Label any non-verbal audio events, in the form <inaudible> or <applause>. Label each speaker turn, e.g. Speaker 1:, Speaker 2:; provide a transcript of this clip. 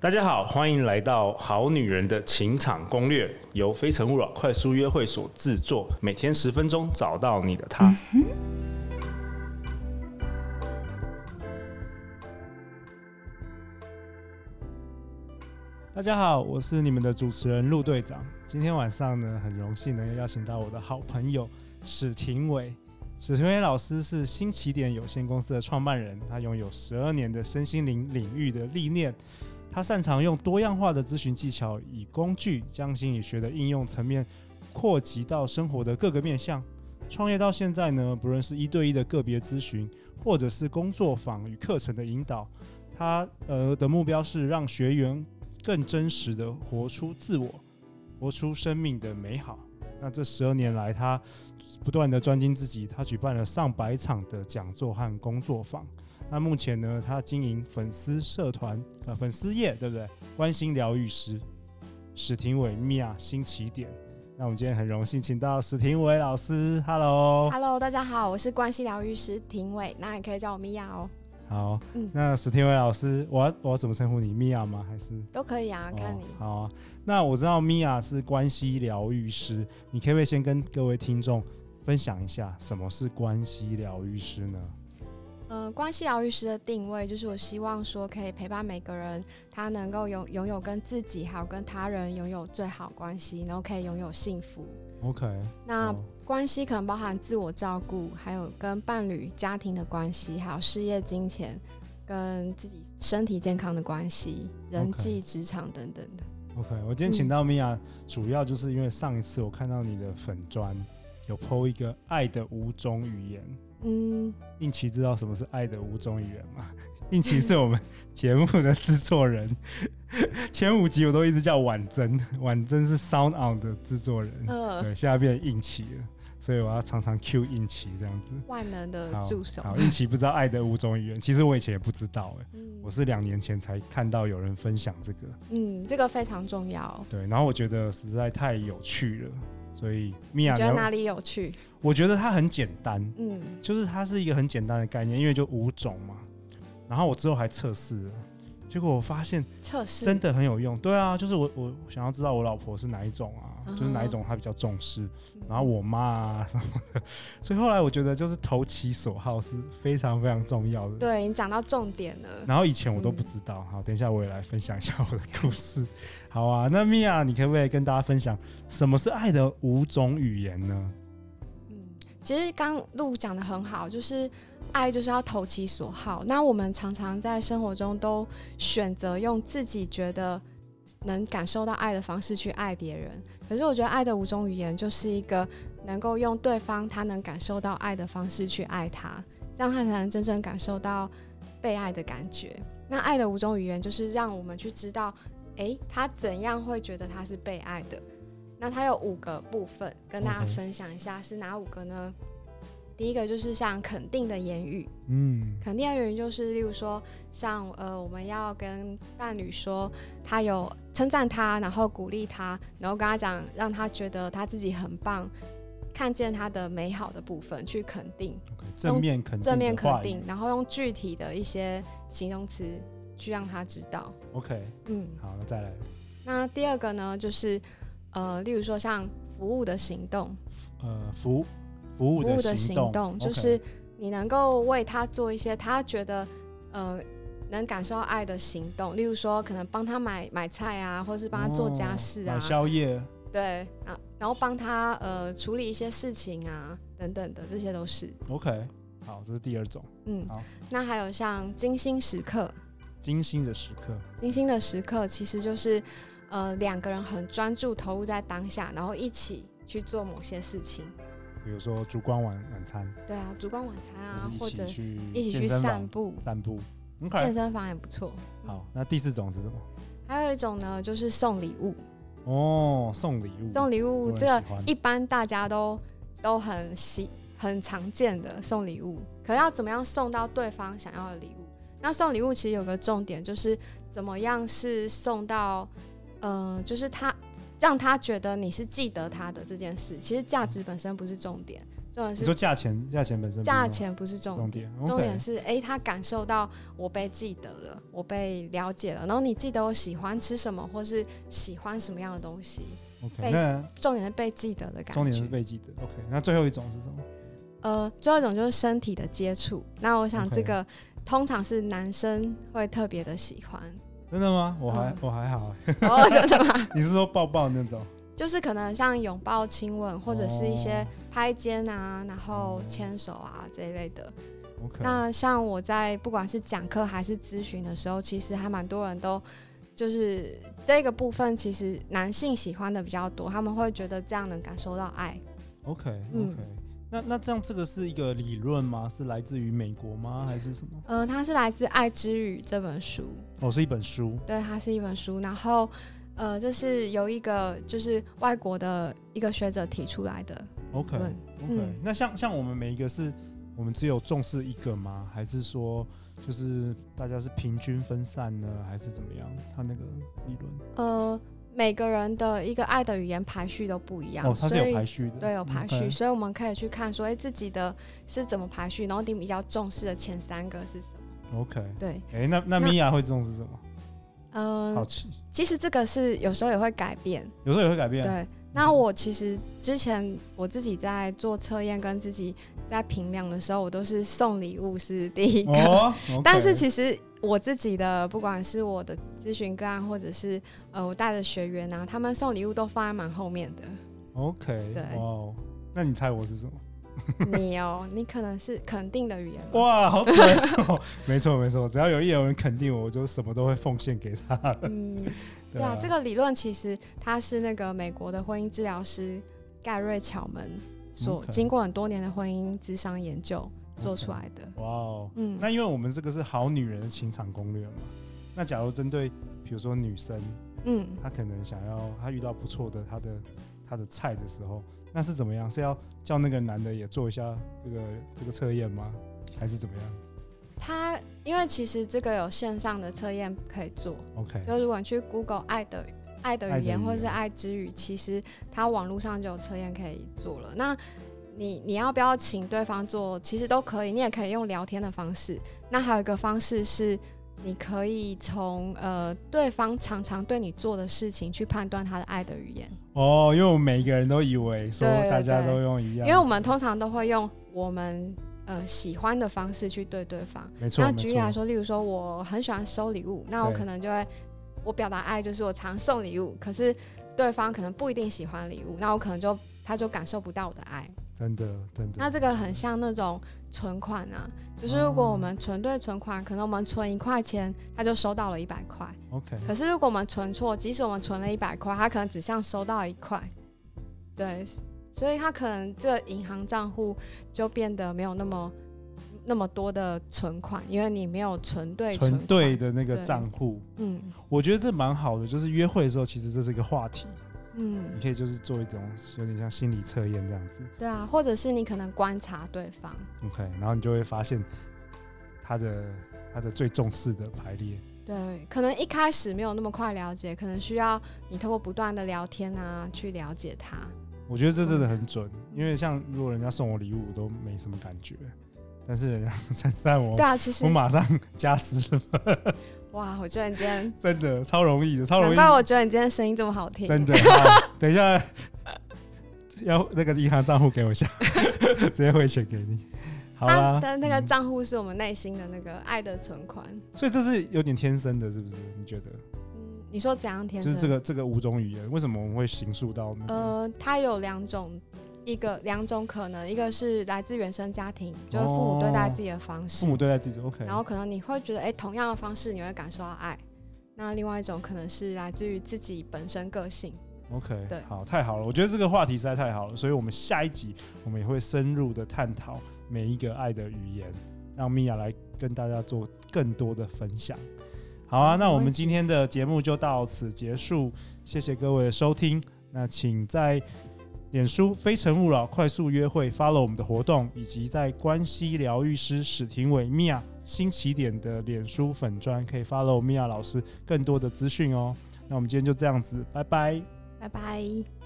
Speaker 1: 大家好，欢迎来到《好女人的情场攻略》，由非诚勿扰快速约会所制作，每天十分钟，找到你的他。大家好，我是你们的主持人陆队长。今天晚上呢，很荣幸能邀请到我的好朋友史廷伟。史廷伟老师是新起点有限公司的创办人，他拥有十二年的身心灵领域的历练。他擅长用多样化的咨询技巧，以工具将心理学的应用层面扩及到生活的各个面向。创业到现在呢，不论是一对一的个别咨询，或者是工作坊与课程的引导，他呃的目标是让学员更真实的活出自我，活出生命的美好。那这十二年来，他不断的专精自己，他举办了上百场的讲座和工作坊。那目前呢，他经营粉丝社团，呃，粉丝业，对不对？关心疗愈师史廷伟米娅新起点。那我们今天很荣幸请到史廷伟老师，Hello。
Speaker 2: Hello，大家好，我是关系疗愈师廷伟，那也可以叫我米娅哦，
Speaker 1: 好，
Speaker 2: 嗯
Speaker 1: 那史廷伟老师，我要我要怎么称呼你？米娅吗？还是？
Speaker 2: 都可以啊，看你。
Speaker 1: 哦、好、啊，那我知道米娅是关系疗愈师，你可不可以先跟各位听众分享一下什么是关系疗愈师呢？
Speaker 2: 嗯、关系疗愈师的定位就是我希望说可以陪伴每个人，他能够拥拥有跟自己还有跟他人拥有最好关系，然后可以拥有幸福。
Speaker 1: OK，
Speaker 2: 那
Speaker 1: 哦
Speaker 2: 关系可能包含自我照顾，还有跟伴侣、家庭的关系，还有事业、金钱。跟自己身体健康的关系、人
Speaker 1: OK
Speaker 2: 际、职场等等的，
Speaker 1: OK，我今天请到米
Speaker 2: 嗯
Speaker 1: 娅，主要就是因为上一次我看到你的粉砖有 PO 一个爱的五种语言。
Speaker 2: 嗯，
Speaker 1: 应奇知道什么是爱的五种语言吗？ <laughs> 应奇是我们节目的制作人，前五集我都一直叫婉珍，婉珍是 Sound On 的制作人，
Speaker 2: 呃，
Speaker 1: 对，现在变应奇了，所以我要常常 Q 应奇这样子。
Speaker 2: 万能的
Speaker 1: 好
Speaker 2: 呃助手，
Speaker 1: 好，应奇不知道爱的五种语言，其实我以前也不知道、欸，
Speaker 2: 嗯
Speaker 1: 我是两年前才看到有人分享这个，
Speaker 2: 嗯，这个非常重要。
Speaker 1: 对，然后我觉得实在太有趣了，所以米
Speaker 2: 你
Speaker 1: 娅，
Speaker 2: 觉得
Speaker 1: 你要
Speaker 2: 哪里有趣？
Speaker 1: 我觉得它很简单，
Speaker 2: 嗯，
Speaker 1: 就是它是一个很简单的概念，因为就五种嘛。然后我之后还测试了，结果我发现
Speaker 2: 测试
Speaker 1: 真的很有用。对啊，就是我我想要知道我老婆是哪一种啊，
Speaker 2: 嗯
Speaker 1: 就是哪一种她比较重视，
Speaker 2: 嗯
Speaker 1: 然后我妈啊什么的。所以后来我觉得就是投其所好是非常非常重要的。
Speaker 2: 对你讲到重点了。
Speaker 1: 然后以前我都不知道，
Speaker 2: 嗯
Speaker 1: 好，等一下我也来分享一下我的故事。好啊，那米娅，你可不可以跟大家分享什么是爱的五种语言呢？
Speaker 2: 嗯，其实刚路讲的很好，就是爱就是要投其所好。那我们常常在生活中都选择用自己觉得能感受到爱的方式去爱别人，可是我觉得爱的五种语言就是一个能够用对方他能感受到爱的方式去爱他，这样他才能真正感受到被爱的感觉。那爱的五种语言就是让我们去知道，诶，他怎样会觉得他是被爱的。那它有五个部分，跟大家
Speaker 1: OK
Speaker 2: 分享一下是哪五个呢？第一个就是像肯定的言语，
Speaker 1: 嗯
Speaker 2: 肯定的言语就是例如说像呃，我们要跟伴侣说他有称赞他，然后鼓励他，然后跟他讲让他觉得他自己很棒，看见他的美好的部分，去肯定，
Speaker 1: ，OK，正面肯定，
Speaker 2: 哦正面肯定，。然后用具体的一些形容词去让他知道，
Speaker 1: OK，
Speaker 2: 嗯。
Speaker 1: 好，那再来。
Speaker 2: 那第二个呢，就是呃，例如说像服务的行动，
Speaker 1: 呃服服务
Speaker 2: 服务
Speaker 1: 的
Speaker 2: 的
Speaker 1: 行
Speaker 2: 行
Speaker 1: 动，
Speaker 2: 动，就
Speaker 1: OK
Speaker 2: 是你能够为他做一些他觉得呃能感受到爱的行动，例如说可能帮他买买菜啊，或是帮他做家事
Speaker 1: 哦
Speaker 2: 啊
Speaker 1: 买，宵夜。
Speaker 2: 对啊，然后帮他呃处理一些事情啊等等的，这些都是
Speaker 1: OK，好，这是第二种
Speaker 2: 嗯
Speaker 1: 好。
Speaker 2: 那还有像精心时刻，
Speaker 1: 精心的时刻。
Speaker 2: 精心的时刻其实就是呃两个人很专注投入在当下，然后一起去做某些事情。
Speaker 1: 比如说烛光晚晚餐，
Speaker 2: 对啊，烛光晚餐啊，
Speaker 1: 就
Speaker 2: 或
Speaker 1: 是
Speaker 2: 者
Speaker 1: 一起去
Speaker 2: 一起去
Speaker 1: 健身
Speaker 2: 散
Speaker 1: 房
Speaker 2: 步，
Speaker 1: 散步。
Speaker 2: 健
Speaker 1: OK，
Speaker 2: 身房也不错。
Speaker 1: 好，那第四种是什么？
Speaker 2: 还有一种呢，就是送礼物。
Speaker 1: 哦，送礼物。
Speaker 2: 送
Speaker 1: 礼
Speaker 2: 礼
Speaker 1: 我
Speaker 2: 物
Speaker 1: 很
Speaker 2: 这个
Speaker 1: 喜欢
Speaker 2: 一般大家都都很喜很常见的送礼物，可要怎么样送到对方想要的礼物？那送礼物其实有个重点，就是怎么样是送到，呃，就是他让他觉得你是记得他的这件事。其实价值本身不是重点，重点
Speaker 1: 你
Speaker 2: 是
Speaker 1: 说价钱，价钱本身不是
Speaker 2: 价钱不是重
Speaker 1: 重
Speaker 2: 点。
Speaker 1: 点，
Speaker 2: 重
Speaker 1: OK
Speaker 2: 点是，哎、他感受到我被记得了，我被了解了，然后你记得我喜欢吃什么，或是喜欢什么样的东西。
Speaker 1: OK，
Speaker 2: 被
Speaker 1: 那
Speaker 2: 重点是被记得的感觉。
Speaker 1: 重点是被记得。OK，那最后一种是什么？
Speaker 2: 呃，最后一种就是身体的接触。那我想
Speaker 1: OK
Speaker 2: 这个通常是男生会特别的喜欢。
Speaker 1: 真的吗？我还
Speaker 2: 嗯
Speaker 1: 我还好欸， <laughs>
Speaker 2: 哦，真的吗？ <laughs>
Speaker 1: 你是说抱抱那种，
Speaker 2: 就是可能像拥抱、亲吻，或者是一些拍肩啊，然后
Speaker 1: 哦
Speaker 2: 牵手啊这一类的。
Speaker 1: 哦 OK？
Speaker 2: 那像我在不管是讲课还是咨询的时候，其实还蛮多人都就是这个部分，其实男性喜欢的比较多，他们会觉得这样能感受到爱。
Speaker 1: OK OK，
Speaker 2: 嗯
Speaker 1: 那那这样这个是一个理论吗？是来自于美国吗？还是什么？
Speaker 2: 嗯、它是来自《爱之语》这本书。
Speaker 1: 哦，是一本书。
Speaker 2: 对，它是一本书。然后，呃，这是由一个就是外国的一个学者提出来的
Speaker 1: OK
Speaker 2: 论
Speaker 1: OK，、
Speaker 2: 嗯
Speaker 1: 那像像我们每一个是，我们只有重视一个吗？还是说就是大家是平均分散呢？还是怎么样？他那个理论
Speaker 2: 呃，每个人的一个爱的语言排序都不一样，
Speaker 1: 哦，它是
Speaker 2: 所以
Speaker 1: 有排序的，
Speaker 2: 对有排
Speaker 1: OK
Speaker 2: 序，所以我们可以去看说，哎，自己的是怎么排序，然后你比较重视的前三个是什么？
Speaker 1: OK，
Speaker 2: 对，
Speaker 1: 哎、那那
Speaker 2: 那
Speaker 1: 米娅会重视什么？
Speaker 2: 嗯、
Speaker 1: 好奇，
Speaker 2: 其实这个是有时候也会改变，
Speaker 1: 有时候也会改变。
Speaker 2: 对。那我其实之前我自己在做测验跟自己在评量的时候，我都是送礼物是第一个，
Speaker 1: 哦 o
Speaker 2: <laughs> 但是其实我自己的，不管是我的咨询个案，或者是呃我带的学员啊，他们送礼物都放在蛮后面
Speaker 1: <laughs>
Speaker 2: 的。
Speaker 1: OK，
Speaker 2: 对
Speaker 1: 哇哦，那你猜我是什么？
Speaker 2: 你哦，你可能是肯定的语言吧。
Speaker 1: 哇，好准哦！ <laughs> 没错没错，只要有一有人肯定我，我就什么都会奉献给他。
Speaker 2: 嗯，对啊，这个理论其实它是那个美国的婚姻治疗师盖瑞巧门所
Speaker 1: OK
Speaker 2: 经过很多年的婚姻智商研究做出来的。
Speaker 1: 哇哦，
Speaker 2: 嗯，
Speaker 1: 那因为我们这个是好女人的情场攻略嘛，那假如针对比如说女生，
Speaker 2: 嗯，
Speaker 1: 她可能想要她遇到不错的她的她的菜的时候，那是怎么样？是要叫那个男的也做一下这个这个测验吗？
Speaker 2: 嗯
Speaker 1: 还是怎么样
Speaker 2: 它因为其实这个有线上的测验可以做，
Speaker 1: ？OK，
Speaker 2: 就如果你去 Google 爱的爱的
Speaker 1: 爱的
Speaker 2: 语言
Speaker 1: 语
Speaker 2: 或是
Speaker 1: 言
Speaker 2: 爱之语，其实它网络上就有测验可以做了。那你你要不要请对方做，其实都可以，你也可以用聊天的方式。那还有一个方式是，你可以从呃对方常常对你做的事情去判断他的爱的语言，
Speaker 1: 哦，因为我们每一个人都以为说
Speaker 2: 对对
Speaker 1: 大家
Speaker 2: 对
Speaker 1: 都用一样，
Speaker 2: 因为我们通常都会用我们呃喜欢的方式去对对方。
Speaker 1: 没错，
Speaker 2: 那
Speaker 1: 没
Speaker 2: 举例
Speaker 1: 错
Speaker 2: 来说，例如说我很喜欢收礼物，那我
Speaker 1: 对
Speaker 2: 可能就会我表达爱就是我常送礼物，可是对方可能不一定喜欢礼物，那我可能就他就感受不到我的爱。
Speaker 1: 真的真的，
Speaker 2: 那这个很像那种存款啊，就是如果
Speaker 1: 哦
Speaker 2: 我们存对存款，可能我们存一块钱，他就收到了一百块。
Speaker 1: OK，
Speaker 2: 可是如果我们存错，即使我们存了一百块，他可能只像收到一块，对，所以他可能这个银行账户就变得没有那么那么多的存款，因为你没有存对
Speaker 1: 纯
Speaker 2: 款
Speaker 1: 对，的那个
Speaker 2: 对
Speaker 1: 账户，
Speaker 2: 嗯
Speaker 1: 我觉得这蛮好的。就是约会的时候，其实这是一个话题，你
Speaker 2: 嗯，
Speaker 1: 可以就是做一种有点像心理测验这样子。
Speaker 2: 对啊，或者是你可能观察对方，
Speaker 1: OK，然后你就会发现他的他的最重视的排列。
Speaker 2: 对，可能一开始没有那么快了解，可能需要你通过不断的聊天啊去了解他，
Speaker 1: 我觉得这真的很准，因为像如果人家送我礼物，我都没什么感觉，但是人家 <laughs> 称赞我
Speaker 2: 对，啊，其实
Speaker 1: 我马上加十分，
Speaker 2: 哇，我觉得你
Speaker 1: <laughs>
Speaker 2: 今天，
Speaker 1: 真的超容易的，超容
Speaker 2: 难
Speaker 1: 易，
Speaker 2: 怪我觉得你今天声音这么好听，
Speaker 1: 真的。 <laughs> 好等一下要那个银行账户给我一下， <laughs> 直接汇钱给你。好啦
Speaker 2: 他，的啊
Speaker 1: 嗯
Speaker 2: 那个账户是我们内心的那个爱的存款。
Speaker 1: 所以这是有点天生的，是不是？你觉得？
Speaker 2: 嗯，你说怎样天
Speaker 1: 就
Speaker 2: 生？
Speaker 1: 是这个这个五种语言，为什么我们会形塑到那个？
Speaker 2: 呃，它有两种，一个两种可能，一个是来自原生家庭，就是父母对待自己的方式，
Speaker 1: 哦父母对待自己，OK，
Speaker 2: 然后可能你会觉得，哎、同样的方式你会感受到爱。那另外一种可能是来自于自己本身个性。
Speaker 1: OK，
Speaker 2: 对
Speaker 1: 好，太好了，我觉得这个话题实在太好了，所以我们下一集我们也会深入的探讨每一个爱的语言，让米娅来跟大家做更多的分享。好啊，
Speaker 2: 好
Speaker 1: 那我
Speaker 2: 没
Speaker 1: 们
Speaker 2: 问
Speaker 1: 今天的节目就到此结束，谢谢各位的收听。那请在脸书“非诚勿扰”快速约会 follow 我们的活动，以及在关系疗愈师史廷伟米娅新起点的脸书粉砖可以 follow 米娅老师更多的资讯哦。那我们今天就这样子，拜拜。
Speaker 2: 拜拜。